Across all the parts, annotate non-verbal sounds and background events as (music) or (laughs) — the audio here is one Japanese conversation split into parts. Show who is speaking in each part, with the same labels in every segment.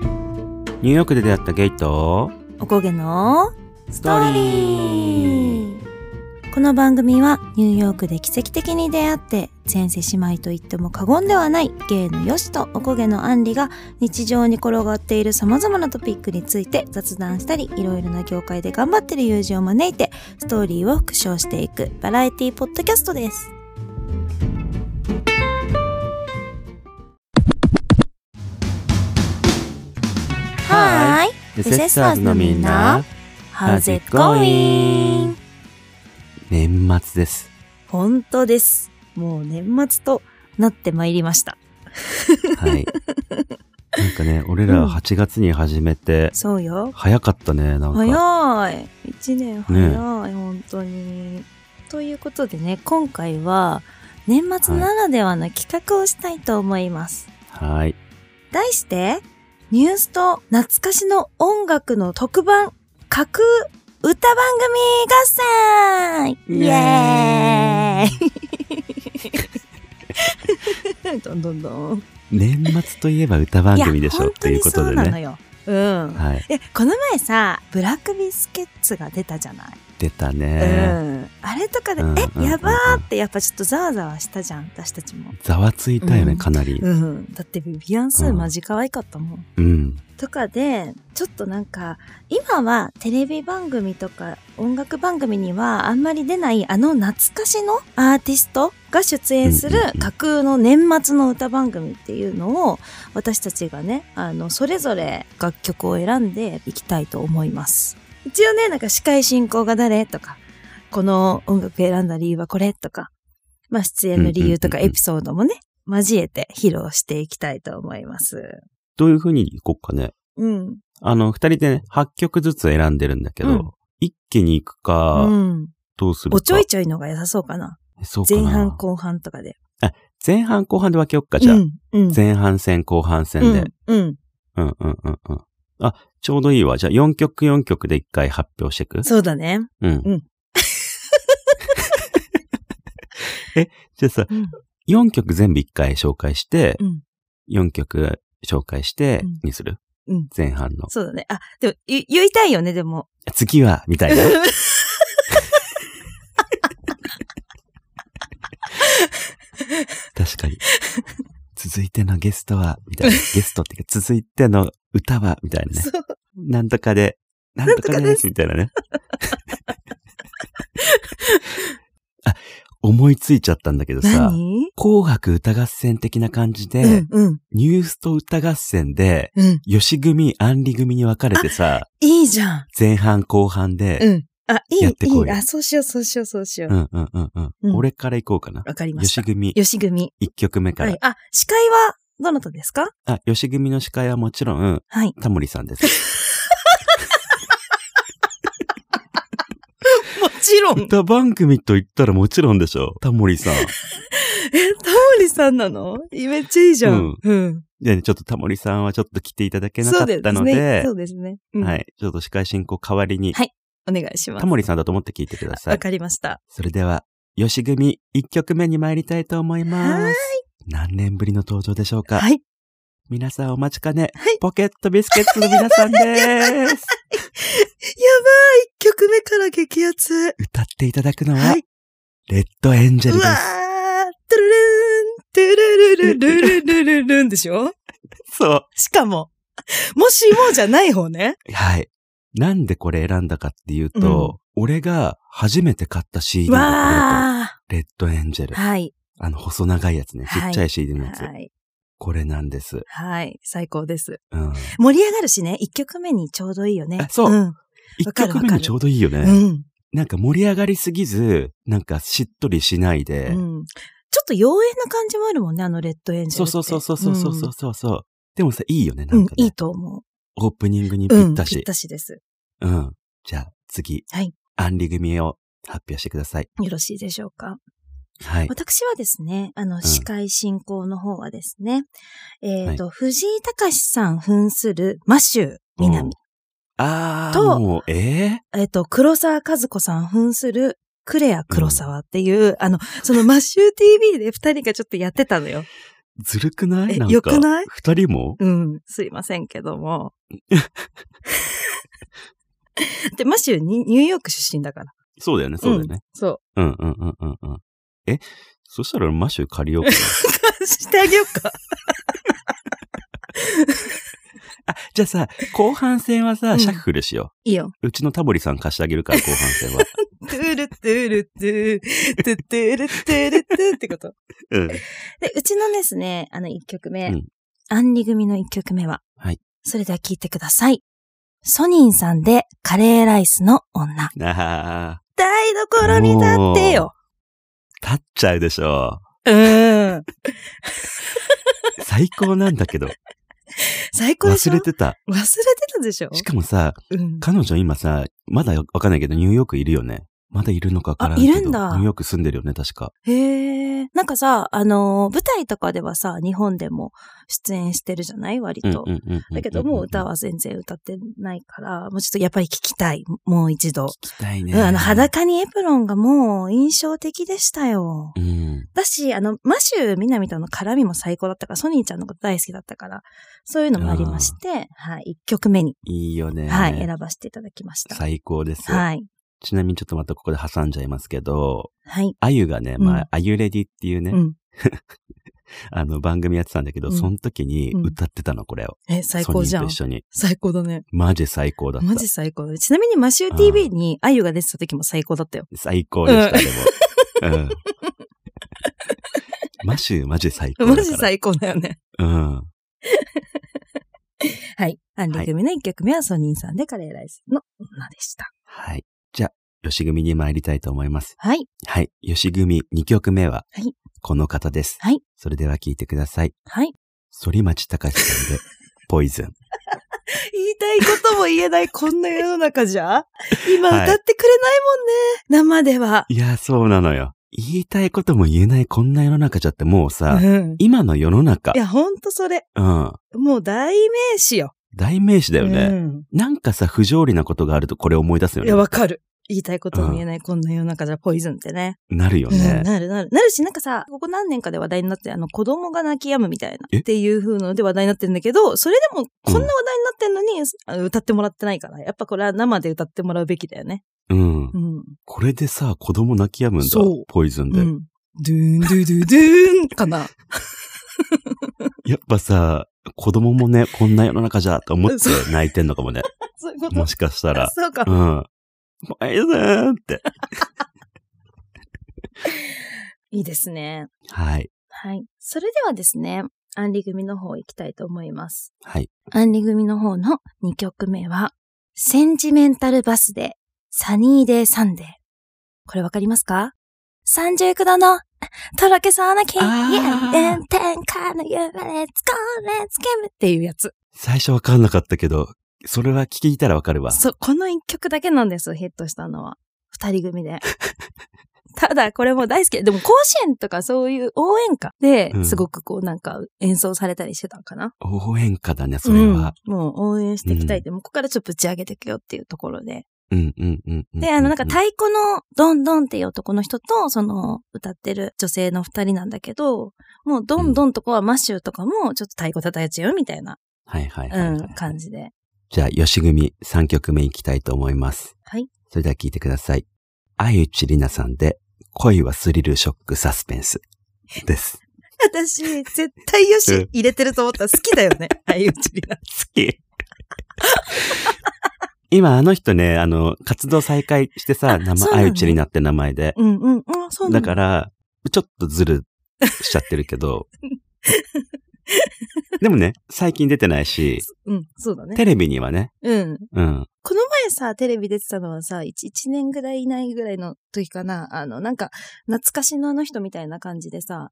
Speaker 1: ニューヨークで出会ったゲイと
Speaker 2: おこげの
Speaker 1: ス
Speaker 2: ストーリーこの番組はニューヨークで奇跡的に出会って前世姉妹と言っても過言ではない芸のよしとおこげのあんりが日常に転がっている様々なトピックについて雑談したりいろいろな業界で頑張ってる友人を招いてストーリーを復唱していくバラエティポッドキャストですはーい
Speaker 1: The
Speaker 2: The
Speaker 1: Sisters
Speaker 2: Sisters
Speaker 1: の
Speaker 2: の
Speaker 1: み
Speaker 2: み
Speaker 1: ん
Speaker 2: ん
Speaker 1: な
Speaker 2: な How's it going?
Speaker 1: 年末です
Speaker 2: 本当です。もう年末となってまいりました。
Speaker 1: はい
Speaker 2: (laughs)
Speaker 1: なんかね俺ら
Speaker 2: うん
Speaker 1: 8月に始めて、
Speaker 2: そうよ。
Speaker 1: 早かったねなんか
Speaker 2: 早い。一年早い、本当に。ということでね、今回は年末ならではの企画をしたいと思います。
Speaker 1: はい
Speaker 2: 題して、ニュースと懐かしの音楽の特番、架空歌番組合戦イエーイ (laughs) どんどんどん。
Speaker 1: 年末といえば歌番組でし
Speaker 2: いや
Speaker 1: ょということで
Speaker 2: 本当にそうなの
Speaker 1: ね
Speaker 2: よ。うん。
Speaker 1: はい
Speaker 2: え、この前さ、ブラックビスケッツが出たじゃない、
Speaker 1: 出たね
Speaker 2: うん。あれとかで、
Speaker 1: うんうんうんうん
Speaker 2: え、やばーってやっぱちょっとザワザワしたじゃん、私たちも。
Speaker 1: ざわついたよね、
Speaker 2: うん
Speaker 1: かなり
Speaker 2: うん。だってビビアンスー
Speaker 1: うん
Speaker 2: マジ可愛かったもん。
Speaker 1: うん
Speaker 2: とかで、ちょっとなんか、今はテレビ番組とか音楽番組にはあんまり出ないあの懐かしのアーティストが出演する
Speaker 1: うんうんうん
Speaker 2: 架空の年末の歌番組っていうのを私たちがね、あの、それぞれ楽曲を選んでいきたいと思います。一応ね、なんか司会進行が誰とか、この音楽選んだ理由はこれとか、まあ出演の理由とか
Speaker 1: うんうんうんうん
Speaker 2: エピソードもね、交えて披露していきたいと思います。
Speaker 1: どういう風にいこっかね
Speaker 2: うん。
Speaker 1: あの、二人でね、8曲ずつ選んでるんだけど、
Speaker 2: うん
Speaker 1: 一気に行くか、
Speaker 2: うん。
Speaker 1: どうするか。
Speaker 2: おちょいちょいのが良さそうかな。
Speaker 1: そうかな
Speaker 2: 前半後半とかで。
Speaker 1: 前半後半で分けよっか、じゃあ。
Speaker 2: うん。うん。
Speaker 1: 前半戦後半戦で。
Speaker 2: うん。うん
Speaker 1: うんうんうんうん。あ、ちょうどいいわ。じゃあ4曲4曲で一回発表していく
Speaker 2: そうだね。
Speaker 1: うん
Speaker 2: うん
Speaker 1: (laughs) え、じゃあさ、
Speaker 2: うん。
Speaker 1: 4曲全部一回紹介して
Speaker 2: う、ん。
Speaker 1: 4曲紹介して
Speaker 2: うん、
Speaker 1: にする、
Speaker 2: うん
Speaker 1: 前半の。
Speaker 2: そうだね。あ、でも、ゆ言いたいよね、でも。
Speaker 1: 次は、みたいな。
Speaker 2: (laughs)
Speaker 1: 確かに。続いてのゲストは、みたいな。ゲストっていうか、続いての歌は、みたいなね。
Speaker 2: そう。
Speaker 1: なんとかで、なんとかです、みたいなね。 (laughs) あ、思いついちゃったんだけどさ、
Speaker 2: 何
Speaker 1: 紅白歌合戦的な感じで、
Speaker 2: うん。うん。
Speaker 1: ニュースと歌合戦で、
Speaker 2: うん。
Speaker 1: 吉組、安里組に分かれてさ、
Speaker 2: いいじゃん。
Speaker 1: 前半後半で、
Speaker 2: うん。あ、いい、
Speaker 1: やってこいよ
Speaker 2: いい。あ、そうしよう、そうしよう、そうしよう。
Speaker 1: う
Speaker 2: わ、
Speaker 1: んうんうんうん。
Speaker 2: うん
Speaker 1: 俺から行こうかな。
Speaker 2: かりまし
Speaker 1: 吉
Speaker 2: た。
Speaker 1: 組、
Speaker 2: 吉組。
Speaker 1: 1曲目か
Speaker 2: は
Speaker 1: ら。
Speaker 2: い。あ、司会は、どなたですか
Speaker 1: あ、吉組の司会はもちろん、
Speaker 2: はい。
Speaker 1: タモリさんです。
Speaker 2: もち (laughs) ろ
Speaker 1: 歌番組と言ったらもちろんでしょ。タモリさん。
Speaker 2: え、タモリさんなのめっちゃいいじゃん。うん。
Speaker 1: でね、ちょっとタモリさんはちょっと来ていただけなかっ
Speaker 2: そうで
Speaker 1: た
Speaker 2: す
Speaker 1: の
Speaker 2: ね。
Speaker 1: で
Speaker 2: そ、うですね。うん
Speaker 1: は。い。ちょっと司会進行代わりに、
Speaker 2: はいお願いします
Speaker 1: タ。モリさんだと思って聞いてくださ
Speaker 2: わ
Speaker 1: い。
Speaker 2: かりました。
Speaker 1: それでは、吉組1曲目に参りたいと思い
Speaker 2: は
Speaker 1: ま
Speaker 2: ーい
Speaker 1: す。何年ぶりの登場でしょうか、
Speaker 2: はい。
Speaker 1: 皆さんお待ちかね、
Speaker 2: はい
Speaker 1: ポケットビスケッツの皆さん
Speaker 2: (laughs)
Speaker 1: です。
Speaker 2: やばい一曲目から激アツ
Speaker 1: 歌っていただくのは、
Speaker 2: はい。
Speaker 1: レッドエンジェル
Speaker 2: う
Speaker 1: で
Speaker 2: わ
Speaker 1: す。
Speaker 2: ートゥルルーントゥルルルルルルルンでしょ
Speaker 1: そう。
Speaker 2: しかも、もしもじゃない方ね。
Speaker 1: はい。なんでこれ選んだかっていうと、俺が初めて買った CD のレ
Speaker 2: わ
Speaker 1: ッドエンジェル
Speaker 2: ー。はい。
Speaker 1: あの、細長いやつね。ち
Speaker 2: はい
Speaker 1: っちゃい CD のやつ。
Speaker 2: はい。
Speaker 1: これなんです。
Speaker 2: はい。最高です。
Speaker 1: うん。
Speaker 2: 盛り上がるしね、一曲目にちょうどいいよね
Speaker 1: あ。そう
Speaker 2: うん。
Speaker 1: 一
Speaker 2: わかる
Speaker 1: 曲目にちょうどいいよね。
Speaker 2: うん。
Speaker 1: なんか盛り上がりすぎず、なんかしっとりしないで。
Speaker 2: うんちょっと妖艶な感じもあるもんね、あのレッドエンジェ
Speaker 1: そ
Speaker 2: ルっ
Speaker 1: う
Speaker 2: て。
Speaker 1: そうそうそうそうそうそうそうそう、でもさ、いいよね。な
Speaker 2: うん。
Speaker 1: ん
Speaker 2: うん
Speaker 1: か、ね
Speaker 2: いいと思
Speaker 1: オープニングに
Speaker 2: う。
Speaker 1: ぴ
Speaker 2: う
Speaker 1: っ
Speaker 2: ん。
Speaker 1: た
Speaker 2: ぴっ
Speaker 1: し。
Speaker 2: たしです。
Speaker 1: うん、じゃあ、次。
Speaker 2: はい。
Speaker 1: アンリ組を発表してください。
Speaker 2: よろしいでしょうか。
Speaker 1: はい。
Speaker 2: 私はですね、あの、司会進行の方はですね、えっ、と、藤井隆さん扮するマシュー南、
Speaker 1: あー、
Speaker 2: と
Speaker 1: もう、えー、
Speaker 2: えっ、と、黒沢和子さん扮するクレア黒沢っていう、あの、そのマッシュー TV で二人がちょっとやってたのよ。
Speaker 1: ずるくない
Speaker 2: え
Speaker 1: なんか。
Speaker 2: よくない
Speaker 1: 二人も
Speaker 2: うん、すいませんけど
Speaker 1: (laughs)
Speaker 2: も。で、マシューにニューヨーク出身だから。
Speaker 1: そうだよね、そうだよね。
Speaker 2: んそう。
Speaker 1: うん、うん、うん、うん、うん。え、そしたらマシュー借りよう
Speaker 2: (laughs)
Speaker 1: かな。 (laughs)
Speaker 2: してあげようか。
Speaker 1: あ、じゃあさ、後半戦は
Speaker 2: う
Speaker 1: さ、
Speaker 2: ん
Speaker 1: シャッフルしよ
Speaker 2: いいよ。
Speaker 1: う。うちのタボリさん貸してあげるから、後半戦は。
Speaker 2: トゥルトゥルトゥー、トゥトゥルトゥルトゥーってこと。
Speaker 1: うん。
Speaker 2: で、 (laughs) うちのですね、あの一曲目、
Speaker 1: うん
Speaker 2: アンリ組の一曲目は、
Speaker 1: はい
Speaker 2: それでは聴いてください。ソニンさんでカレーライスの女。
Speaker 1: ああ、
Speaker 2: 台所に立ってよ。
Speaker 1: 立っちゃうでしょ
Speaker 2: うん。
Speaker 1: う。最高なんだけ
Speaker 2: (laughs)
Speaker 1: ど。
Speaker 2: 最高でし
Speaker 1: 忘れ
Speaker 2: ょ忘れて
Speaker 1: てた。
Speaker 2: 忘れてたでしょ
Speaker 1: しかもさ、
Speaker 2: うん。
Speaker 1: 彼女今さ、まだわかんないけど、ニューヨークいるよね。まだいるのかわからんけど。
Speaker 2: あいるんだ
Speaker 1: ニューヨーク住んでるよね、確か。
Speaker 2: へえ。なんかさ、あのー舞台とかではさ、日本でも出演してるじゃない割と。
Speaker 1: んうんんん
Speaker 2: だけど、もう歌。は全然歌ってないから、もうちょっとやっぱり聞きたい。もう一度。
Speaker 1: 聞きたいね。
Speaker 2: うん、あの、。裸にエプロンがもう印象的でしたよ。
Speaker 1: うん。
Speaker 2: だし、あの、マシュー・ミナミとの絡みも最高だったから、ソニーちゃんのこと大好きだったから、そういうのもありまして、はい、1曲目に、
Speaker 1: いいよね。
Speaker 2: はい、選ばせていただきました。
Speaker 1: 最高です。
Speaker 2: はい。
Speaker 1: ちなみにちょっとまたここで挟んじゃいますけど、
Speaker 2: はい。
Speaker 1: あゆがね、
Speaker 2: う
Speaker 1: ま
Speaker 2: ん
Speaker 1: あ、あゆレディっていうね、
Speaker 2: うん。
Speaker 1: あの番組やってたんだけど、
Speaker 2: うん
Speaker 1: その時に
Speaker 2: うん
Speaker 1: 歌ってたの、これを。
Speaker 2: え、最高じゃ
Speaker 1: ソニー。
Speaker 2: ん
Speaker 1: と一緒に。
Speaker 2: 最高だね。
Speaker 1: マジ最高だった。
Speaker 2: マジ最高だね。ちなみにマシュー TV にあゆが出てた時も最高だったよ。
Speaker 1: 最高でした、でも。うん。マシューマジ最高だ
Speaker 2: (laughs) マ
Speaker 1: から。
Speaker 2: ジ最高だよね。
Speaker 1: うん。
Speaker 2: はい。アンリ組の1曲目はソニーさんでカレーライスの女でした。
Speaker 1: はい。じゃあ、吉組に参りたいと思います。
Speaker 2: はい。
Speaker 1: はい。吉組2曲目は
Speaker 2: はい、
Speaker 1: この方です。
Speaker 2: はい。
Speaker 1: それでは聴いてください。
Speaker 2: はい。
Speaker 1: 反町隆史さんで、 (laughs) ポイズン。
Speaker 2: 言いたいことも言え
Speaker 1: (laughs)
Speaker 2: ないこんな世の中じゃ今
Speaker 1: はい
Speaker 2: 歌ってくれないもんね。生では。
Speaker 1: いや、そうなのよ。言いたいことも言えないこんな世の中じゃってもうさ、
Speaker 2: うん。
Speaker 1: 今の世の中
Speaker 2: い、や、ほんとそれ。
Speaker 1: うん。
Speaker 2: もう代名詞よ。
Speaker 1: 代名詞だよね。
Speaker 2: うん
Speaker 1: なんかさ、不条理なことがあるとこれ思い出すよ
Speaker 2: いや、
Speaker 1: ね。
Speaker 2: わかる。言いたいことも言えないこんな世の中じゃポイズンってね。
Speaker 1: なるよ
Speaker 2: うん、
Speaker 1: ね。
Speaker 2: なるなる。なるし、なんかさ、ここ何年かで話題になって、あの、子供が泣き止むみたいな、
Speaker 1: え
Speaker 2: っていう風ので話題になってるんだけど、それでも、こんな話題になってんのに、あの歌ってもらってないから、やっぱこれは生で歌ってもらうべきだよね。
Speaker 1: うん。
Speaker 2: うん。
Speaker 1: これでさ、子供泣き止むんだ
Speaker 2: そう。
Speaker 1: ポイズンで。
Speaker 2: うん。ドゥーン、ドゥドゥドゥーン
Speaker 1: (laughs)
Speaker 2: かな。
Speaker 1: やっぱさ、子供もね、こんな世の中じゃと思
Speaker 2: (laughs)
Speaker 1: って泣いてんのかもね。
Speaker 2: そういうこと。
Speaker 1: も。しかしたら
Speaker 2: そうか
Speaker 1: う。ん。ポイズンって。
Speaker 2: いいですね。
Speaker 1: はい。
Speaker 2: はい。それではですね、アンリ組の方行きたいと思います。
Speaker 1: はい。
Speaker 2: アンリ組の方の2曲目は、センチメンタルバスで、サニーデイサンデー。これわかりますか ?39 度の、とろけそうな気
Speaker 1: あー
Speaker 2: 炎天下の夢、レッツゴー、レッツゲームっていうやつ。
Speaker 1: 最初わかんなかったけど、それは聞いたらわかるわ。
Speaker 2: そう、この1曲だけなんですよ、ヒットしたのは。二人組
Speaker 1: (laughs)
Speaker 2: で。ただ、これも大好き。でも、甲子園とかそういう応援歌で
Speaker 1: う、ん
Speaker 2: すごくこうなんか演奏されたりしてたんかな。
Speaker 1: 応援歌だね、それは。
Speaker 2: うん、もう応援していきたいって、もうここからちょっとぶち上げていくよっていうところで。
Speaker 1: うん、うん、うん。う
Speaker 2: で、あの、なんか
Speaker 1: う
Speaker 2: 太鼓のドンドンっていう男の人と、その、歌ってる女性の二人なんだけど、もうドンドンとこはマッシューとかも、ちょっと太鼓叩いちゃうみたいな、
Speaker 1: はいはいは
Speaker 2: う
Speaker 1: い、はい
Speaker 2: ん、感じで。
Speaker 1: じゃあ、吉組3曲目いきたいと思います。
Speaker 2: はい。
Speaker 1: それでは聞いてください。あゆちりなさんで、恋はスリルショックサスペンスです。
Speaker 2: 私、絶対
Speaker 1: う
Speaker 2: よ
Speaker 1: ん
Speaker 2: し入れてると思ったら好きだよね。ああいうちりな。
Speaker 1: 好き。今、あの人ね、あの、活動再開してさ、
Speaker 2: あ
Speaker 1: 名
Speaker 2: そ
Speaker 1: 前、
Speaker 2: うな
Speaker 1: あ
Speaker 2: の
Speaker 1: ゆちりなって名前で。
Speaker 2: (laughs) うんうん。あ、そう
Speaker 1: だ
Speaker 2: なん
Speaker 1: から、ちょっとずるしちゃってるけ
Speaker 2: (laughs)
Speaker 1: ど。でもね、最近出てないし、
Speaker 2: うん、そうだね。
Speaker 1: テレビにはね、
Speaker 2: うん。
Speaker 1: うん。
Speaker 2: この前さ、テレビ出てたのはさ、1, 一年ぐらいいないぐらいの時かな。あの、なんか、懐かしのあの人みたいな感じでさ、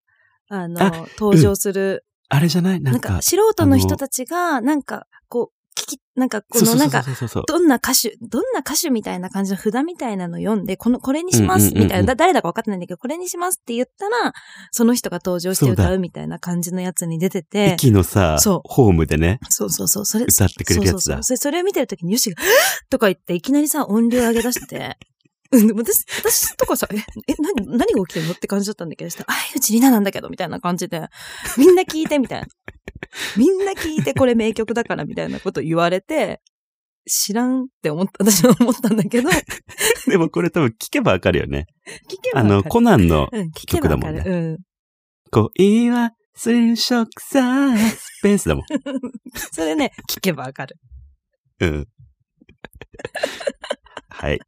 Speaker 2: あの、
Speaker 1: あ
Speaker 2: 登場する、
Speaker 1: あれじゃないな
Speaker 2: な
Speaker 1: ん
Speaker 2: んか、
Speaker 1: か、
Speaker 2: 素人の人たちが、なんか、こう、聞き、なんか、こ
Speaker 1: そうそう
Speaker 2: の、な
Speaker 1: そ
Speaker 2: ん
Speaker 1: う
Speaker 2: か、
Speaker 1: そうそうそう。
Speaker 2: どんな歌手、どんな歌手みたいな感じの札みたいなの読んで、この、これにします、
Speaker 1: うんうんうんうん
Speaker 2: みたいな、だ誰だか分かってないんだけど、これにしますって言ったら、その人が登場して
Speaker 1: そうだ
Speaker 2: 歌うみたいな感じのやつに出てて、
Speaker 1: 駅のさ、
Speaker 2: そう
Speaker 1: ホームでね、
Speaker 2: そうそうそう、それ、
Speaker 1: 歌ってくれるやつだ
Speaker 2: そうそうそうそれそれを見てるときに、よしが、とか言って、いきなりさ、音量上げ出して、 (laughs) うん、私、私とかさ、え、え、何、何が起きてるのって感じだったんだけど、したら、あ、うちリナなんだけど、みたいな感じで、みんな聞いて、みたいな。みんな聞いて、これ名曲だから、みたいなこと言われて、知らんって思った、私は思ったんだけど、聞
Speaker 1: でもこれ多分聞けばわかるよね。
Speaker 2: けば
Speaker 1: あ
Speaker 2: わかる
Speaker 1: の、コナンの
Speaker 2: うん、聞けばわかる
Speaker 1: 曲だ
Speaker 2: うん。
Speaker 1: 恋はスリルショックサスペンスだもん。
Speaker 2: それね、聞けばわかる。
Speaker 1: うん。はい。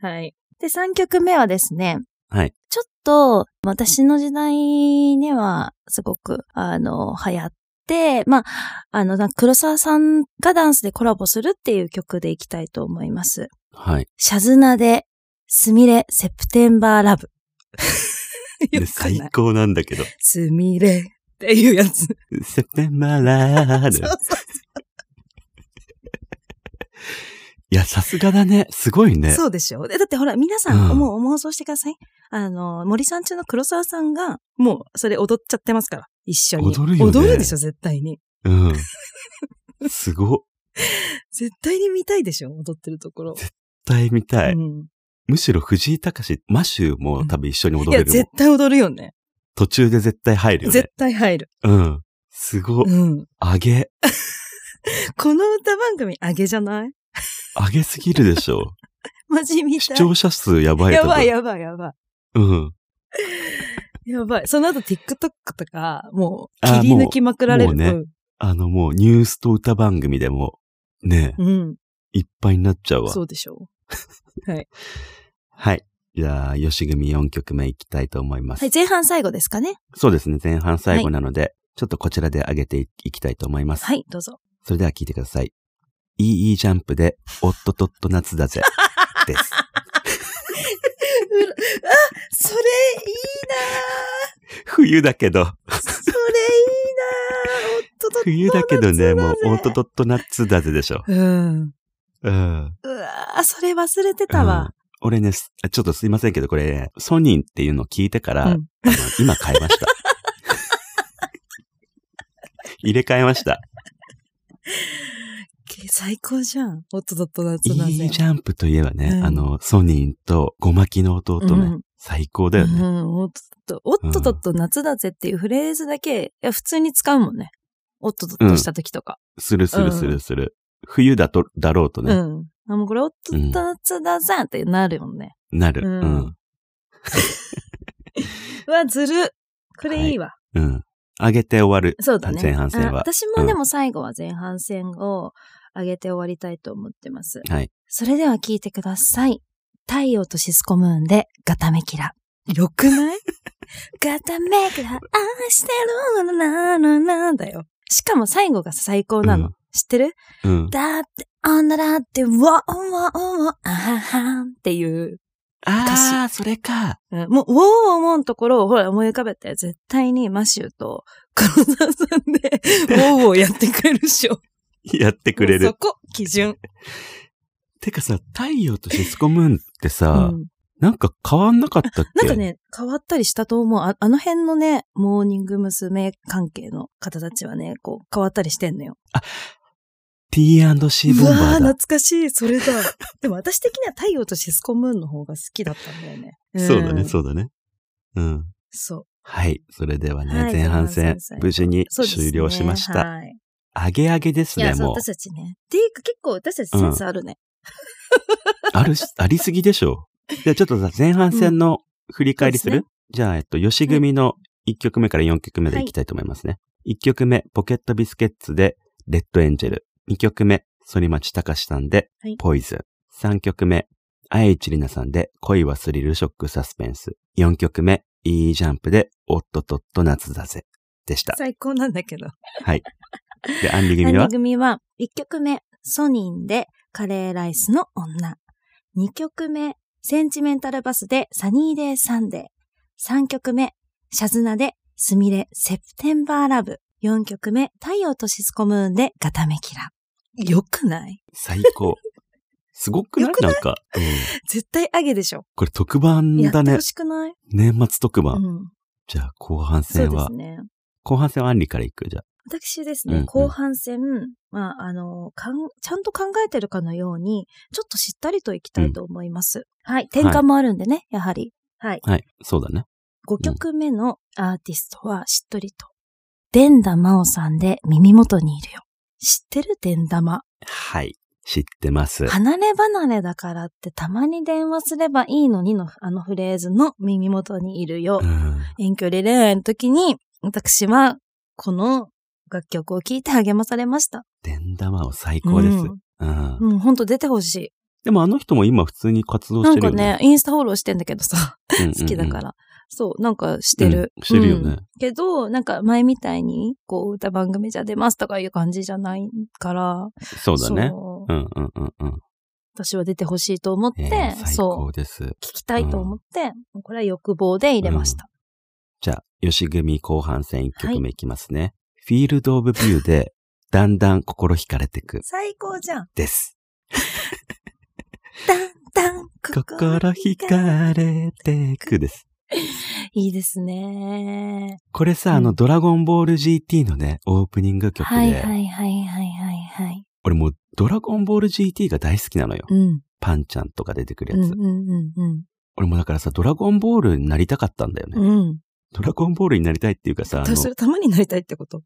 Speaker 2: はい。で、3曲目はですね、
Speaker 1: はい。
Speaker 2: ちょっと、私の時代には、すごく、あの、流行って、まあ、あの、なんか黒沢さんがダンスでコラボするっていう曲でいきたいと思います。
Speaker 1: はい。
Speaker 2: シャズナで、スミレ、セプテンバーラブ。
Speaker 1: (laughs) で
Speaker 2: よくない
Speaker 1: 最高なんだけど。
Speaker 2: スミレっていうやつ。
Speaker 1: セプテンバーラー
Speaker 2: そう
Speaker 1: だ。いや、さすがだね。すごいね。
Speaker 2: そうでしょでだってほら、皆さ
Speaker 1: うん
Speaker 2: ん、もう妄想してください。あの、森さん中の黒沢さんが、もう、それ踊っちゃってますから、一緒に。
Speaker 1: 踊るよね
Speaker 2: 踊るでしょ、絶対に。
Speaker 1: うん。すごっ。
Speaker 2: 絶対に見たいでしょ、踊ってるところ。
Speaker 1: 絶対見たい。
Speaker 2: うん、
Speaker 1: むしろ藤井隆、マシューも多分一緒に
Speaker 2: い
Speaker 1: 踊
Speaker 2: や、
Speaker 1: れるもん
Speaker 2: 絶。対踊るよね。
Speaker 1: 途中で絶対入るよね
Speaker 2: 絶。対入る。
Speaker 1: うん。すごっ。
Speaker 2: うん。
Speaker 1: 上げ、
Speaker 2: この歌番組、あげじゃない
Speaker 1: 上げすぎるでし
Speaker 2: (laughs)
Speaker 1: ょ。
Speaker 2: マジみ
Speaker 1: 視
Speaker 2: たい。
Speaker 1: 聴者数やばいよ
Speaker 2: やばい
Speaker 1: 多
Speaker 2: やばいやば
Speaker 1: 分うん。
Speaker 2: い。やばい。その後 TikTok とか、もう、
Speaker 1: あー
Speaker 2: 切り抜きまくられる。
Speaker 1: もうもうあのもうニュースと歌番組でも、ね、
Speaker 2: うん。うん
Speaker 1: いっぱいになっちゃうわ
Speaker 2: そ。うでしょう。はい。
Speaker 1: はい。じゃあ、吉組4曲目いきたいと思います。
Speaker 2: はい、前半最後ですかね。
Speaker 1: そうですね。前半最後なので、ちょっとこちらで上げていきたいと思います。
Speaker 2: はい、どうぞ。
Speaker 1: それでは聞いてください。いいジャンプで、おっとっとっと夏
Speaker 2: (laughs)
Speaker 1: だぜ。です。
Speaker 2: それ、いい
Speaker 1: 冬だけど、
Speaker 2: なそれ、いいなおっとっと
Speaker 1: (laughs) 冬だけどね、もう、おっとっ
Speaker 2: と。
Speaker 1: とっと夏だぜでしょ。
Speaker 2: うん。
Speaker 1: うん。
Speaker 2: うわーそれ忘れてたわ。
Speaker 1: 俺ね、すちょっとすいませんけど、これ、ソニーっていうのを聞いてから、
Speaker 2: うん
Speaker 1: あの今変えま
Speaker 2: (laughs)
Speaker 1: した。入れ替えました。
Speaker 2: け最高じゃん。おっとっとっと
Speaker 1: い
Speaker 2: 夏だぜ。
Speaker 1: いジャンプといえばね、
Speaker 2: うん
Speaker 1: あの、ソニーとゴマキの弟ね、
Speaker 2: うん
Speaker 1: 最高だよね。
Speaker 2: うん、おっとっと、おっとっとっと夏だぜっていうフレーズだけ、いや普通に使うもんね。おっとっとっとした時とか。
Speaker 1: するするするする。冬だと、だろうと
Speaker 2: う
Speaker 1: ね、
Speaker 2: ん。あ、もうこれおっとっと夏だぜってなるよね。
Speaker 1: なる、
Speaker 2: うん
Speaker 1: うん。
Speaker 2: うわ、ずる。これいいわ。
Speaker 1: うん。上げて終わる。
Speaker 2: そうだね。
Speaker 1: 前半戦は
Speaker 2: あ私もでも最後は前半戦を上げて終わりたいと思ってます。
Speaker 1: はい。
Speaker 2: それでは聞いてください。太陽とシスコムーンでガタメキラ。よく
Speaker 1: (laughs)
Speaker 2: ないガタメキラ愛してるなななだよ。しかも最後が最高なの。
Speaker 1: うん
Speaker 2: 知ってる
Speaker 1: うん。
Speaker 2: だって、あんなだって、わおわおわあははんっていう。
Speaker 1: ああ、それか。
Speaker 2: うんもう、ウォーウォーのところをほら思い浮かべて、絶対にマシューと黒沢さんで、
Speaker 1: (laughs)
Speaker 2: ウォーウォーやってくれるでしょ。
Speaker 1: やってくれ
Speaker 2: もう
Speaker 1: る
Speaker 2: そ。こ、基準。
Speaker 1: てかさ、太陽とシスコムーンって
Speaker 2: う
Speaker 1: さ、
Speaker 2: ん。
Speaker 1: なんか変わんなかったっけ
Speaker 2: なんかね、変わったりしたと思う。ああの辺のね、モーニング娘。関係の方たちはね、こう、変わったりしてんのよ。
Speaker 1: T&C ボン
Speaker 2: う
Speaker 1: バ
Speaker 2: わー、
Speaker 1: ーだ
Speaker 2: 懐。かしい。それだ。 (laughs) でも私的には太陽とシスコムーンの方が好きだったんだよね。
Speaker 1: (laughs)
Speaker 2: ん
Speaker 1: そうだね、そうだね。うん。
Speaker 2: そう。
Speaker 1: はい。それではね、
Speaker 2: はい
Speaker 1: 前半戦
Speaker 2: 前半戦、
Speaker 1: 無事に
Speaker 2: そうですね。
Speaker 1: 終了しました。
Speaker 2: はい。
Speaker 1: あげあげです
Speaker 2: い
Speaker 1: ね、
Speaker 2: や、そう、
Speaker 1: もう
Speaker 2: 私。たちね。っていうか、結構私たちセンスあるね。
Speaker 1: あるし、ありすぎでしょ。じゃあちょっとさ、前半戦の振り返りする、
Speaker 2: そう
Speaker 1: じゃあ、えっと、吉組の1曲目から4曲目でいきたいと思いますね。1曲目、ポケットビスケッツで、レッドエンジェル。2曲目、反町隆史さんで
Speaker 2: はい、
Speaker 1: ポイズン。3曲目、愛市里奈さんで、恋はスリルショックサスペンス。4曲目、いいジャンプで、おっとっとっと夏だぜ。でした。
Speaker 2: 最高なんだけど。
Speaker 1: で、アンリ
Speaker 2: ア
Speaker 1: 組
Speaker 2: ニ
Speaker 1: は
Speaker 2: 組は、1曲目、ソニンでカレーライスの女。2曲目、センチメンタルバスでサニーデイサンデー。3曲目、シャズナでスミレセプテンバーラブ。4曲目、太陽とシスコムーンでガタメキラ。よくない
Speaker 1: 最高。すごくない
Speaker 2: よく
Speaker 1: な
Speaker 2: なん
Speaker 1: か、うん
Speaker 2: 絶対アゲでしょ。
Speaker 1: これ特番
Speaker 2: や
Speaker 1: だ
Speaker 2: って
Speaker 1: ね
Speaker 2: ほ。しくない、
Speaker 1: 年末特番。
Speaker 2: うん。
Speaker 1: じゃあ、後半
Speaker 2: そう
Speaker 1: 戦
Speaker 2: で
Speaker 1: は
Speaker 2: す、ね。
Speaker 1: 後半戦はアンリから行く。じゃあ、
Speaker 2: 私です
Speaker 1: うんう
Speaker 2: ね
Speaker 1: ん、
Speaker 2: 後半戦、まあ、あの、かん、ちゃんと考えてるかのように、ちょっとしったりといきたいと思います。はい。転換もあるんでね、やはり。はい。
Speaker 1: はい。そうだね。
Speaker 2: 5曲目のアーティストはしっとりと。デンダマオさんで耳元にいるよ。知ってるデンダマ。
Speaker 1: はい。知ってます。
Speaker 2: 離れ離れだからってたまに電話すればいいのにのあのフレーズの耳元にいるよ
Speaker 1: う。ん。
Speaker 2: 遠距離恋愛の時に私はこの楽曲を聴いて励まされました。
Speaker 1: デンダマオ最高です。
Speaker 2: う
Speaker 1: う
Speaker 2: ん
Speaker 1: ん。
Speaker 2: うん、ほんと出てほし
Speaker 1: でもあの人も今普通に活動
Speaker 2: い。
Speaker 1: し
Speaker 2: なん
Speaker 1: てる
Speaker 2: か
Speaker 1: よね。
Speaker 2: ね、インスタフォローしてんだけどさ、
Speaker 1: うんうんうん
Speaker 2: 好きだから。。そう、なんかしてる。
Speaker 1: うんしてるよね
Speaker 2: うんけど、なんか前みたいに、こう、歌番組じゃ出ますとかいう感じじゃないから、
Speaker 1: そうだね。
Speaker 2: そう
Speaker 1: うんうんうんうん。
Speaker 2: 私は出てほしいと思って、
Speaker 1: えー最
Speaker 2: そう
Speaker 1: 高、です。
Speaker 2: 聞きたいと思って、これは欲望で入れました。
Speaker 1: じゃあ、吉組後半戦1曲目いきますね。フィールドオブビューで、だんだん心惹かれてく。
Speaker 2: 最高じゃん。
Speaker 1: です。
Speaker 2: だんだん、
Speaker 1: 心惹かれてくです。
Speaker 2: いいですね。
Speaker 1: これさ、
Speaker 2: うん
Speaker 1: あの、ドラゴンボール GT のね、オープニング曲で、
Speaker 2: はいはいはいはいはいはい。
Speaker 1: 俺もうドラゴンボール GT が大好きなのよ。
Speaker 2: うん。
Speaker 1: パンちゃんとか出てくる
Speaker 2: うん
Speaker 1: やつ。
Speaker 2: うんうん
Speaker 1: 俺もだからさ、ドラゴンボールになりたかったんだよね。
Speaker 2: うん。うん。
Speaker 1: ドラゴンボールになりたいっていうかさ、あの、
Speaker 2: それたまになりたいってこと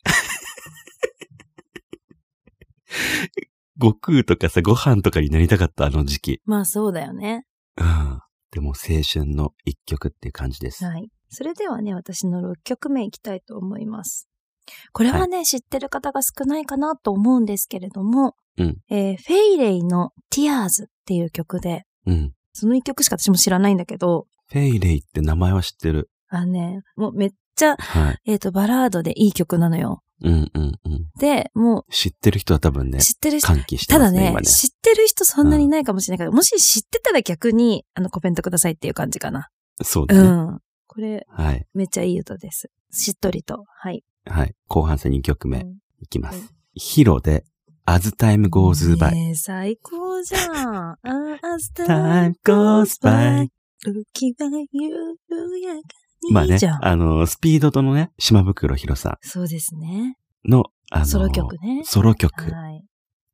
Speaker 1: 悟空とかさ、ご飯とかになりたかったあの時期。
Speaker 2: まあそうだよね。
Speaker 1: うん。でも青春の一曲っていう感じです。
Speaker 2: はい。それではね、私の6曲目いきたいと思います。これはね、知ってる方が少ないかなと思うんですけれども、
Speaker 1: うん
Speaker 2: えーフェイレイの Tears っていう曲で、
Speaker 1: うん。
Speaker 2: その1曲しか私も知らないんだけど、
Speaker 1: フェイレイって名前は知ってる。
Speaker 2: あのね、もうめっちゃ、
Speaker 1: はい。
Speaker 2: えっ、と、バラードでいい曲なのよ。
Speaker 1: うんうんうん。
Speaker 2: で、も
Speaker 1: 知ってる人は多分
Speaker 2: う
Speaker 1: ね、
Speaker 2: 知ってる人、
Speaker 1: 歓喜して
Speaker 2: た
Speaker 1: ま
Speaker 2: だ
Speaker 1: すね、
Speaker 2: ね
Speaker 1: 今ね。
Speaker 2: 知ってる人そんなにいないかもしれないから、もし知ってたら逆に、あの、コメントくださいっていう感じかな。
Speaker 1: そうだ
Speaker 2: う
Speaker 1: ね。
Speaker 2: ん。これ、
Speaker 1: はい。
Speaker 2: めっちゃいい歌です。しっとりと。はい。
Speaker 1: はい。後半戦2曲目
Speaker 2: うん
Speaker 1: いきま
Speaker 2: う
Speaker 1: す。ヒロで、As Time Goes By。
Speaker 2: ねえ最高じゃん。As
Speaker 1: Time goes by
Speaker 2: 時は緩やかに。
Speaker 1: まあね
Speaker 2: じゃ、ん。
Speaker 1: あの、スピードとのね、島袋ヒロさ
Speaker 2: そうですね。
Speaker 1: んの、あの、
Speaker 2: ソロ曲ね。
Speaker 1: ソロ曲。
Speaker 2: はい。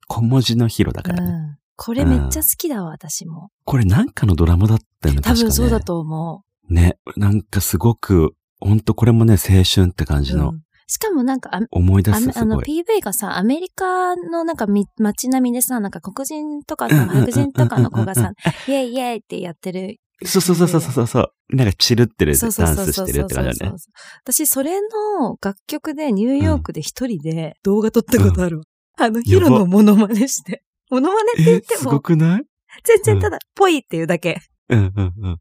Speaker 1: 小文字のヒロだからね。
Speaker 2: うん。これめっちゃ好きだわ、私も。
Speaker 1: これなんかのドラマだったよね、
Speaker 2: 多
Speaker 1: 確かね
Speaker 2: 分そうだと思
Speaker 1: ね、なんかすごく、ほんとこれもね、青春って感
Speaker 2: う。
Speaker 1: じの、
Speaker 2: うんしかもなんか、あ
Speaker 1: 思い出
Speaker 2: あ
Speaker 1: す、
Speaker 2: めあ
Speaker 1: す
Speaker 2: の
Speaker 1: ごい。
Speaker 2: PV がさ、アメリカのなんかみ街並みでさ、なんか黒人とかさ、
Speaker 1: うんうんうんうん
Speaker 2: 白人とかの
Speaker 1: う
Speaker 2: 子が
Speaker 1: んうん
Speaker 2: さ、イェイイェイってやってる。
Speaker 1: そうそうそうそうそうそう。なんかチルってる、ダ
Speaker 2: そう
Speaker 1: ンス
Speaker 2: そうそう
Speaker 1: し
Speaker 2: そう
Speaker 1: てる
Speaker 2: そ
Speaker 1: っ
Speaker 2: う
Speaker 1: て
Speaker 2: そ
Speaker 1: 感
Speaker 2: う
Speaker 1: じだよね。
Speaker 2: 私、それの楽曲でニューヨークで一人で動画撮ったことあるわ。あの、ヒロのモノマネして。モノマネって言っ
Speaker 1: え、
Speaker 2: (laughs) て
Speaker 1: すご
Speaker 2: も、
Speaker 1: くない
Speaker 2: 全然ただ、ぽいっていうだけ。
Speaker 1: うんうんうん。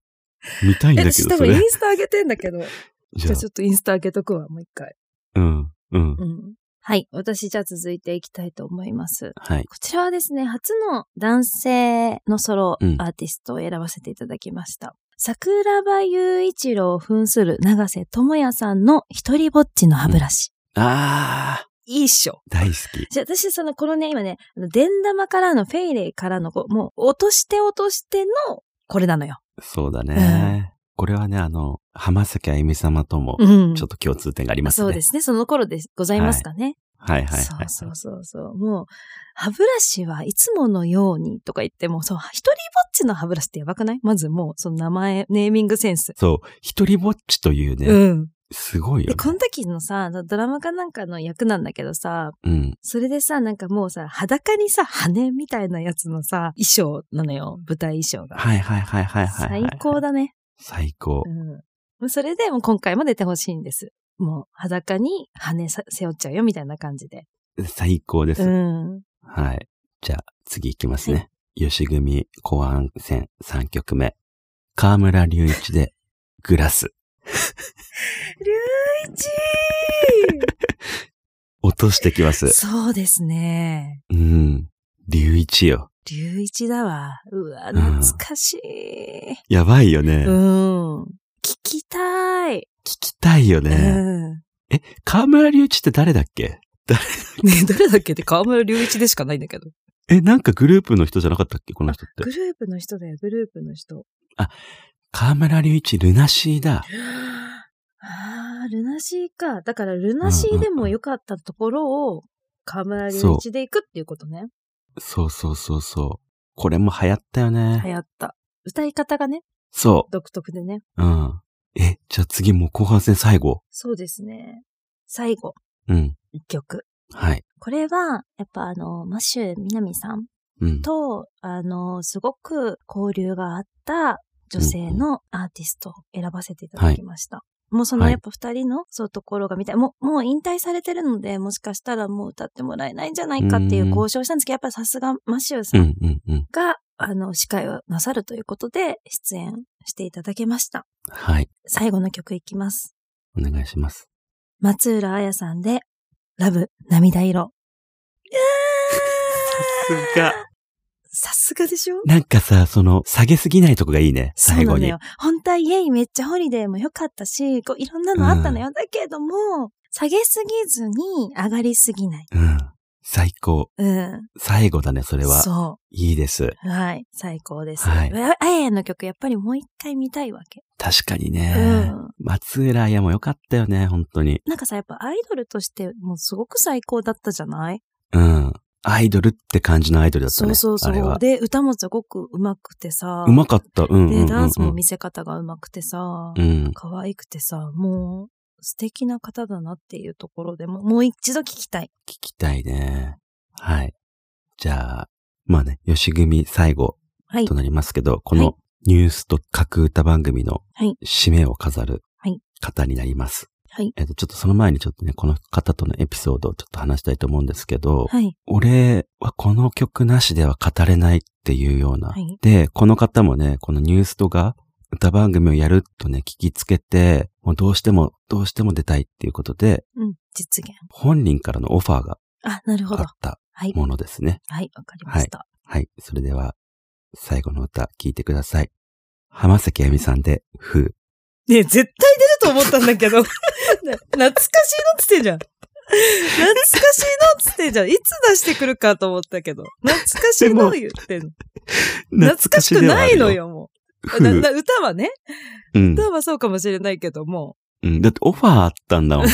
Speaker 1: 見たいん
Speaker 2: え
Speaker 1: だけど、
Speaker 2: 私
Speaker 1: そ
Speaker 2: 多分イン
Speaker 1: れ。
Speaker 2: スタ上げてんだけど、
Speaker 1: (laughs) じ
Speaker 2: じ
Speaker 1: ゃ
Speaker 2: ゃあ
Speaker 1: あ
Speaker 2: ちょっとインスタ上げとくわ、もう一回。
Speaker 1: うん、うん。
Speaker 2: うん。はい。私、じゃあ続いていきたいと思います。
Speaker 1: はい。
Speaker 2: こちらはですね、初の男性のソロ
Speaker 1: うん
Speaker 2: アーティストを選ばせていただきました。桜庭雄一郎を扮する長瀬智也さんの一人ぼっちの歯ブラシ。
Speaker 1: あ
Speaker 2: いいっしょ。
Speaker 1: ー、大好き。
Speaker 2: じゃあ私、その、このね、今ね、あの、デン玉からのフェイレイからの、こうもう、落として落としての、これなのよ。
Speaker 1: そうだね。これはね、あの、浜崎あゆみ様とも、
Speaker 2: うん。
Speaker 1: ちょっと共通点がありますね。。
Speaker 2: そうですすね。その頃でございますかね。
Speaker 1: はいはい
Speaker 2: そ
Speaker 1: は
Speaker 2: う
Speaker 1: い。
Speaker 2: そうそうそう。もう、歯ブラシはいつものようにとか言っても、そう、一人ぼっちの歯ブラシってやばくないまずもう、その名前、ネーミングセンス。
Speaker 1: そう、一人ぼっちというね、
Speaker 2: うん。
Speaker 1: すごいよ
Speaker 2: で、
Speaker 1: ね。
Speaker 2: この時のさ、ドラマかなんかの役なんだけどさ、
Speaker 1: うん。
Speaker 2: それでさ、なんかもうさ、裸にさ、羽みたいなやつのさ、衣装なのよ。舞台衣装が。
Speaker 1: はいはいはいはいはいはい。
Speaker 2: 最高だね。
Speaker 1: 最高。
Speaker 2: うんもうそれでもう今回も出てほしいんです。もう裸に羽さ背負っちゃうよみたいな感じで。
Speaker 1: 最高です。
Speaker 2: うん。
Speaker 1: はい。じゃあ、次行きますね。吉組後半戦3曲目。河村隆一で、グラス。
Speaker 2: 龍一
Speaker 1: 落としてきます。
Speaker 2: そうですね。
Speaker 1: うん。隆一よ。
Speaker 2: 龍一だわ。うわ、
Speaker 1: うん
Speaker 2: 懐かしい。
Speaker 1: やばいよね。
Speaker 2: う
Speaker 1: 聞
Speaker 2: ん。聞きたい。
Speaker 1: きたいよ
Speaker 2: う
Speaker 1: ね。
Speaker 2: ん。ね
Speaker 1: 河村隆一って誰だっけ
Speaker 2: え誰だっけって河村龍一でしかないんだけど。
Speaker 1: え、なんかグループの人じゃなかったっけこの人って
Speaker 2: グ。ループの人だよ、グループの人。
Speaker 1: 河村隆一、ルナシーだ。
Speaker 2: ああ、ルナシーか。だから、ルナシーでも良かったところを、河村隆一で行くっていうことね。
Speaker 1: そうそうそうそう。これも流行ったよ
Speaker 2: 流
Speaker 1: ね。
Speaker 2: 行った。歌い方がね、
Speaker 1: そ
Speaker 2: 独特でね。
Speaker 1: う。うん。え、じゃあ次もう後半戦最後。
Speaker 2: そうですね。最後、
Speaker 1: うん。
Speaker 2: 一曲。
Speaker 1: はい。
Speaker 2: これは、やっぱあの、マシュみなみさん
Speaker 1: うん。
Speaker 2: と、あの、すごく交流があった女性のアーティストを選ばせていただきました。もうその
Speaker 1: はい
Speaker 2: やっぱ二人のそういうところが見たい。もう、もう引退されてるので、もしかしたらもう歌ってもらえないんじゃないかっていう
Speaker 1: うん
Speaker 2: 交渉をしたんですけど、やっぱさすがマシュー
Speaker 1: う
Speaker 2: さん
Speaker 1: んうんうん。
Speaker 2: が、あの、司会をなさるということで、出演していただけました。
Speaker 1: はい。
Speaker 2: 最後の曲いきます。
Speaker 1: お願いします。
Speaker 2: 松浦彩さんで、ラブ、涙色。
Speaker 1: すが。
Speaker 2: さすがでしょ
Speaker 1: なんかさ、その、下げすぎないとこがいいね。
Speaker 2: そう
Speaker 1: 最
Speaker 2: な
Speaker 1: 後
Speaker 2: の
Speaker 1: に
Speaker 2: よ。。本当はイエイめっちゃホリデーも良かったし、こういろんなのあったのよ。だけども、下げすぎずに上がりすぎない。
Speaker 1: うん。最高。
Speaker 2: うん。そ
Speaker 1: 最後だね、それは。
Speaker 2: そ
Speaker 1: いいです。
Speaker 2: う。はい。最高です。
Speaker 1: は
Speaker 2: はいい。あやの曲やっぱりもう一回見たいわけ。
Speaker 1: 確かに
Speaker 2: う
Speaker 1: ね。
Speaker 2: ん。
Speaker 1: 松浦彩も良かったよね、本当に。
Speaker 2: なんかさ、やっぱアイドルとしてもうすごく最高だったじゃない
Speaker 1: うん。アイドルって感じのアイドルだった
Speaker 2: そ
Speaker 1: ね。
Speaker 2: うそうそ
Speaker 1: あれ
Speaker 2: う。
Speaker 1: は。
Speaker 2: で、歌もすごく上手くてさ。
Speaker 1: うまかった。うんうんうん、うん。
Speaker 2: で、ダンスも見せ方が上手くてさ
Speaker 1: う。ん。
Speaker 2: 可愛くてさ、もう素敵な方だなっていうところでも、もう一度聞きたい。
Speaker 1: 聞きたいね。はい。じゃあ、まあね、吉組最後
Speaker 2: はい
Speaker 1: と。なりますけど、こ
Speaker 2: はい
Speaker 1: のニュースと各歌番組の
Speaker 2: はい
Speaker 1: 締めを飾る
Speaker 2: はい
Speaker 1: 方になります。
Speaker 2: はい。
Speaker 1: えっと、ちょっとその前にちょっとね、この方とのエピソードをちょっと話したいと思うんですけど、
Speaker 2: はい。
Speaker 1: 俺はこの曲なしでは語れないっていうような。
Speaker 2: はい
Speaker 1: で、この方もね、このニュースとが歌番組をやるとね、聞きつけて、もうどうしても、どうしても出たいっていうことで、
Speaker 2: うん。実現。
Speaker 1: 本人からのオファーが
Speaker 2: あ、なるほ
Speaker 1: あ
Speaker 2: ど
Speaker 1: っ。た
Speaker 2: はい。
Speaker 1: ものですね。
Speaker 2: はい。わかりました。
Speaker 1: はい。それでは、最後の歌、聴いてください。浜崎あゆみさんで、ふう。
Speaker 2: ねえ、絶対出ると思ったんだけ (laughs) ど。な懐かしいのっつってんじゃん。懐かしいのっつってんじゃん。いつ出してくるかと思ったけど。懐かしいのを言ってんの。懐かしくないの。よ、もう。
Speaker 1: ふ
Speaker 2: な
Speaker 1: う
Speaker 2: な。歌はね。
Speaker 1: うん。
Speaker 2: 歌はそうかもしれないけども。
Speaker 1: うんだってオファーあったんだもん。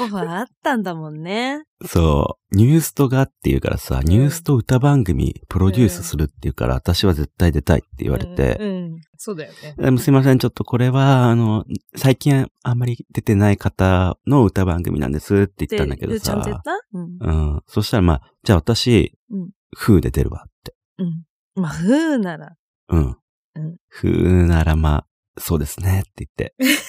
Speaker 2: オファーあったんだもんね。
Speaker 1: そう。ニュースとがっていうからさ、ニュースと歌番組プロデュースするっていうから、私は絶対出たいって言われ
Speaker 2: う
Speaker 1: て。
Speaker 2: ん。うんそうだよね。
Speaker 1: でもすいません、ちょっとこれは、あの、最近あんまり出てない方の歌番組なんですって言ったんだけど
Speaker 2: でちゃんと言っ
Speaker 1: さ。
Speaker 2: たうん。
Speaker 1: うん。そしたらまあ、じゃあ私、
Speaker 2: うん
Speaker 1: 風で出るわって。
Speaker 2: うん。まあ、ふうなら。
Speaker 1: うん。
Speaker 2: うん
Speaker 1: 風ならまあ、そうですねって
Speaker 2: (laughs)
Speaker 1: 言って。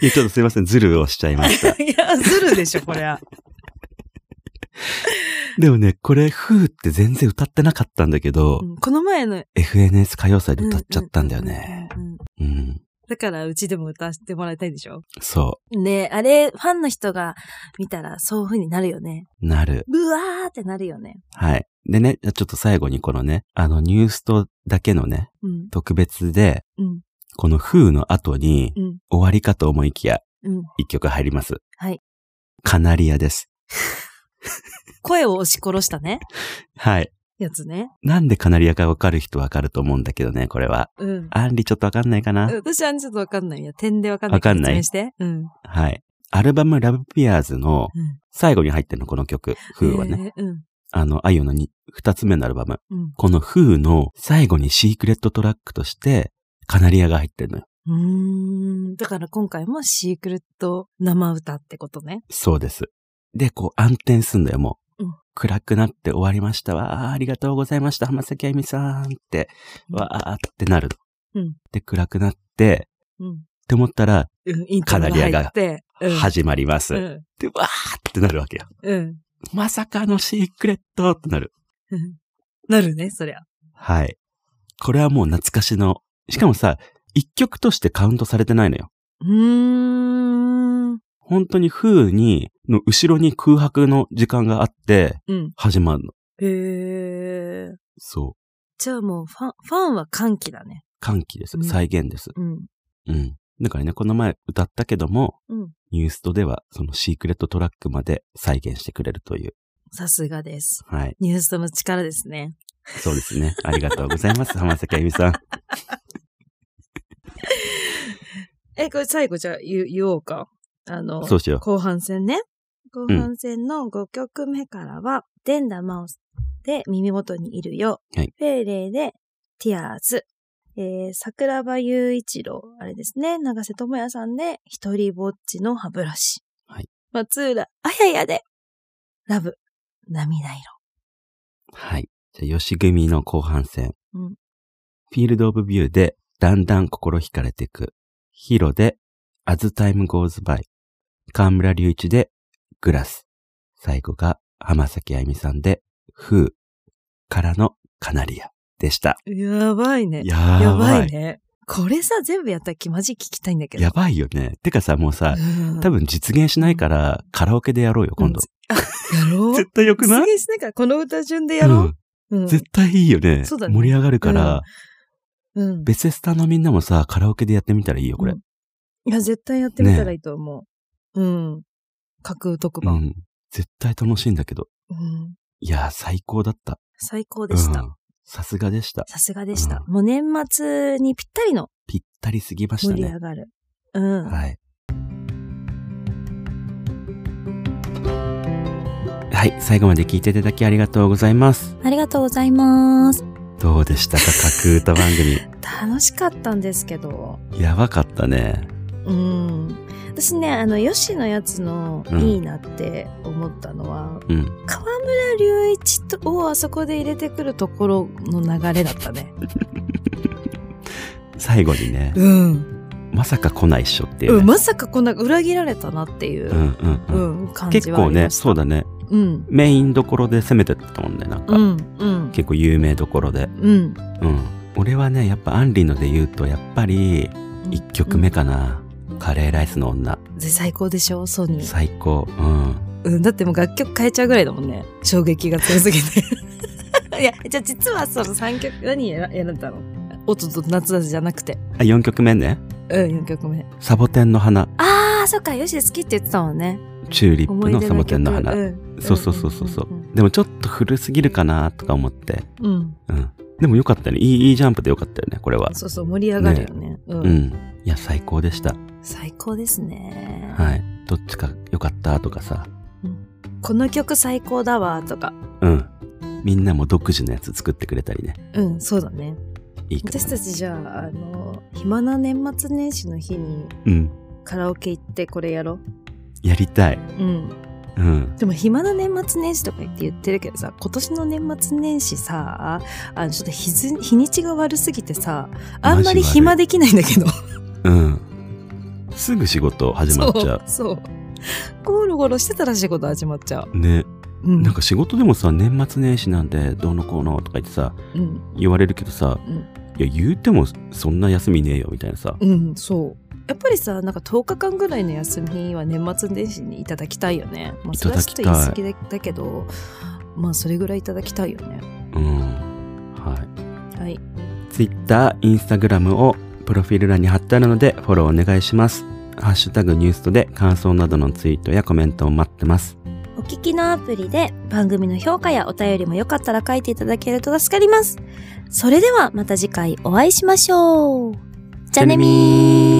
Speaker 1: いや、ちょっとすいません、ズルをしちゃいました。
Speaker 2: (laughs) いや、ずるでしょ、こりゃ。
Speaker 1: でもね、これ、ふーって全然歌ってなかったんだけど、
Speaker 2: うんこの前の
Speaker 1: FNS 歌謡祭で歌っちゃったんだよね。。
Speaker 2: うんうんうんうん
Speaker 1: うん。
Speaker 2: だからうちでも歌わせてもらいたいんでしょ
Speaker 1: そ
Speaker 2: ねえ、あれ、ファンの人が見たらそういう風になるよね。
Speaker 1: う。なる。
Speaker 2: うわーってなるよね。
Speaker 1: はい。でね、ちょっと最後にこのね、あの、ニュースとだけのね、
Speaker 2: うん、
Speaker 1: 特別で、
Speaker 2: うん、
Speaker 1: このふーの後に、
Speaker 2: うん、
Speaker 1: 終わりかと思いきや、
Speaker 2: うん。
Speaker 1: 一曲入ります。
Speaker 2: はい。
Speaker 1: カナリアです。
Speaker 2: 声を押し殺したね。
Speaker 1: はい。
Speaker 2: やつね。
Speaker 1: なんでカナリアかわかる人わかると思うんだけどね、これは。
Speaker 2: うん。
Speaker 1: アンリちょっとわかんないかな、
Speaker 2: 私はちょっとわかんないよ。点でわかんない。
Speaker 1: わかんない
Speaker 2: 説明して。うん。
Speaker 1: はい。アルバムラブピアーズの
Speaker 2: うん
Speaker 1: 最後に入ってるの、この曲。ふーはね。。
Speaker 2: えーうん。
Speaker 1: あの、あゆのに二つ目のアルバム。
Speaker 2: うん
Speaker 1: このフーの最後にシークレットトラックとして、カナリアが入ってるのよ。
Speaker 2: うーん。だから今回もシークレット生歌ってことね。
Speaker 1: そうです。で、こう暗転すんだよ、もう。
Speaker 2: うん
Speaker 1: 暗くなって終わりましたわ。あーありがとうございました、浜崎あゆみさんって、わーってなる。
Speaker 2: うん
Speaker 1: で、暗くなって、
Speaker 2: うん。
Speaker 1: って思ったら、
Speaker 2: うん。イントロが入って。うん
Speaker 1: 始まります。
Speaker 2: うん。
Speaker 1: で、わーってなるわけよ。
Speaker 2: うん。
Speaker 1: まさかのシークレットってなる。
Speaker 2: うんなるね、そりゃ。
Speaker 1: はい。これはもう懐かしの。しかもさ、一曲としてカウントされてないのよ。
Speaker 2: うーん。
Speaker 1: 本当に風に、の後ろに空白の時間があって、
Speaker 2: うん。
Speaker 1: 始まるの。
Speaker 2: へえ。
Speaker 1: そう。
Speaker 2: じゃあもうファン、ファンは歓喜だね。
Speaker 1: 歓喜です
Speaker 2: う。ん
Speaker 1: 再現です。
Speaker 2: うん。
Speaker 1: うん。だからね、この前歌ったけども、
Speaker 2: うん。
Speaker 1: ニューストでは、そのシークレットトラックまで再現してくれるという。
Speaker 2: さすがです。
Speaker 1: はい。
Speaker 2: ニュースとの力ですね。
Speaker 1: そうですね。ありがとうございます。浜崎あゆみさん。
Speaker 2: え、これ最後じゃあ言言 (laughs) おうか。あの、
Speaker 1: そうしよ
Speaker 2: 後半戦ね。後半戦の5曲目からは、デンダマウスで耳元にいるよ。
Speaker 1: はい
Speaker 2: フェーレイでティアーズ。えー、桜庭雄一郎、あれですね、長瀬智也さんで、一人ぼっちの歯ブラシ。
Speaker 1: はい。
Speaker 2: 松浦あややで、ラブ、涙色。
Speaker 1: う。はい。じゃあ、吉組の後半戦。
Speaker 2: うん
Speaker 1: フィールドオブビューで、だんだん心惹かれていく。ヒロで、As Time Goes By。河村隆一で、グラス。最後が、浜崎あゆみさんで、フー。からの、カナリア。でした。
Speaker 2: やばいね。
Speaker 1: やばい。
Speaker 2: やばいね。これさ、全部やったらマジ聞きたいんだけど。
Speaker 1: やばいよね。てかさ、もうさ、
Speaker 2: うん
Speaker 1: 多分実現しないから、カラオケでやろうよ、今度。
Speaker 2: やろう
Speaker 1: 絶対よくない
Speaker 2: すげえしながらこの歌順でやろう。うん
Speaker 1: ん。絶対いいよね。
Speaker 2: そうだね
Speaker 1: 盛り上がるから、
Speaker 2: うん。
Speaker 1: ベセスタのみんなもさ、カラオケでやってみたらいいよ、これ。
Speaker 2: いや、絶対やってみたらいいと思う。うん。架空特
Speaker 1: うん。
Speaker 2: 番。
Speaker 1: 絶対楽しいんだけど。
Speaker 2: うん。
Speaker 1: いやー、最高だった。
Speaker 2: 最高でし
Speaker 1: う
Speaker 2: た。
Speaker 1: んさすがでした。
Speaker 2: さすがでした。
Speaker 1: う
Speaker 2: もう年末にぴったりの
Speaker 1: ぴったりすぎました
Speaker 2: 盛り
Speaker 1: ね。
Speaker 2: 上がる。うん。
Speaker 1: はい。はい、最後まで聞いていただきありがとうございます。
Speaker 2: ありがとうございます。
Speaker 1: どうでしたか、架空歌番組。
Speaker 2: 楽しかったんですけど。 (laughs)
Speaker 1: やばかったね。
Speaker 2: うん。私ね、あの、ヨシのやつの
Speaker 1: うん
Speaker 2: いいなって思ったのは、
Speaker 1: うん。
Speaker 2: 河村隆一とをあそこで入れてくるところの流れだったね。
Speaker 1: 最後にね、
Speaker 2: うん。
Speaker 1: まさか来ないっしょっていうう、
Speaker 2: ん、
Speaker 1: ね。
Speaker 2: まさかこんな裏切られたなっていうう、
Speaker 1: んうん
Speaker 2: う
Speaker 1: うん。
Speaker 2: ん感じ
Speaker 1: 結
Speaker 2: はあ
Speaker 1: 構
Speaker 2: りま
Speaker 1: ね、
Speaker 2: し
Speaker 1: そうだね。
Speaker 2: た。うん、
Speaker 1: メインどころで攻めてったもんね、なんか。
Speaker 2: うん、うん、
Speaker 1: 結構有名どころで。
Speaker 2: うん。
Speaker 1: うん。俺はね、やっぱアンリので言うと、やっぱり、1曲目かな。カレーライスの女。
Speaker 2: で最高でしょソニー、
Speaker 1: 最高。うん。
Speaker 2: うん。だってもう楽曲変えちゃうぐらいだもんね。衝撃が強すぎ (laughs) て。いや、じゃあ実はその3曲、何選選んだのおっとっと夏だぜじゃなくて。
Speaker 1: あ、4曲目ね。
Speaker 2: うん、4曲目。
Speaker 1: サボテンの花。
Speaker 2: あー、そっか、よし好きって言ってたもんね。
Speaker 1: チューリッ
Speaker 2: 思
Speaker 1: プ
Speaker 2: い
Speaker 1: の
Speaker 2: 出
Speaker 1: サ
Speaker 2: の
Speaker 1: ボ
Speaker 2: 曲
Speaker 1: テンの花。
Speaker 2: うん
Speaker 1: そうそうそうそう。
Speaker 2: うん
Speaker 1: でもちょっと古すぎるかなとか思って。
Speaker 2: うんうん、
Speaker 1: うん。でもよかったね。いい、いいジャンプでよかったよね、これは。
Speaker 2: そうそう、盛り上がるよね。うん
Speaker 1: うん。いや、最高でした。
Speaker 2: 最高ですね。
Speaker 1: はい。どっちか良かったとかさ。
Speaker 2: この曲最高だわ、とか。
Speaker 1: うん。みんなも独自のやつ作ってくれたりね。
Speaker 2: うん、そうだね。
Speaker 1: いいかな
Speaker 2: 私たちじゃあ、あの、暇な年末年始の日に
Speaker 1: うん。
Speaker 2: カラオケ行ってこれやろ
Speaker 1: やりたい。
Speaker 2: う。うん。
Speaker 1: うん。
Speaker 2: でも暇な年末年始とか言って言ってるけどさ、今年の年末年始さ、あの、ちょっと日ず日にちが悪すぎてさ、あんまり
Speaker 1: マジ悪い
Speaker 2: 暇できないんだけど。
Speaker 1: うん。すぐ仕事始まっちゃ
Speaker 2: そう。そう。ゴロゴロしてたら仕事始まっちゃう。
Speaker 1: う。ね。
Speaker 2: うん。
Speaker 1: なんか仕事でもさ、年末年始なんでどうのこうのとか言ってさ、
Speaker 2: うん。
Speaker 1: 言われるけどさ、
Speaker 2: うん
Speaker 1: いや、言うてもそんな休みねえよみたいなさ。
Speaker 2: うん、そう。やっぱりさ、なんか10日間ぐらいの休みは年末年始にいただきたいよね。まあ、それはちょっと言い過ぎだだけど、まあ、それぐらいいただきたいよね。
Speaker 1: うん。はい。
Speaker 2: はい。
Speaker 1: Twitter、Instagram をプロフィール欄に貼ってあるのでフォローお願いします。ハッシュタグニュースとで感想などのツイートやコメントを待ってます。
Speaker 2: お聞きのアプリで番組の評価やお便りもよかったら書いていただけると助かります。それではまた次回お会いしましょう。じゃあねみー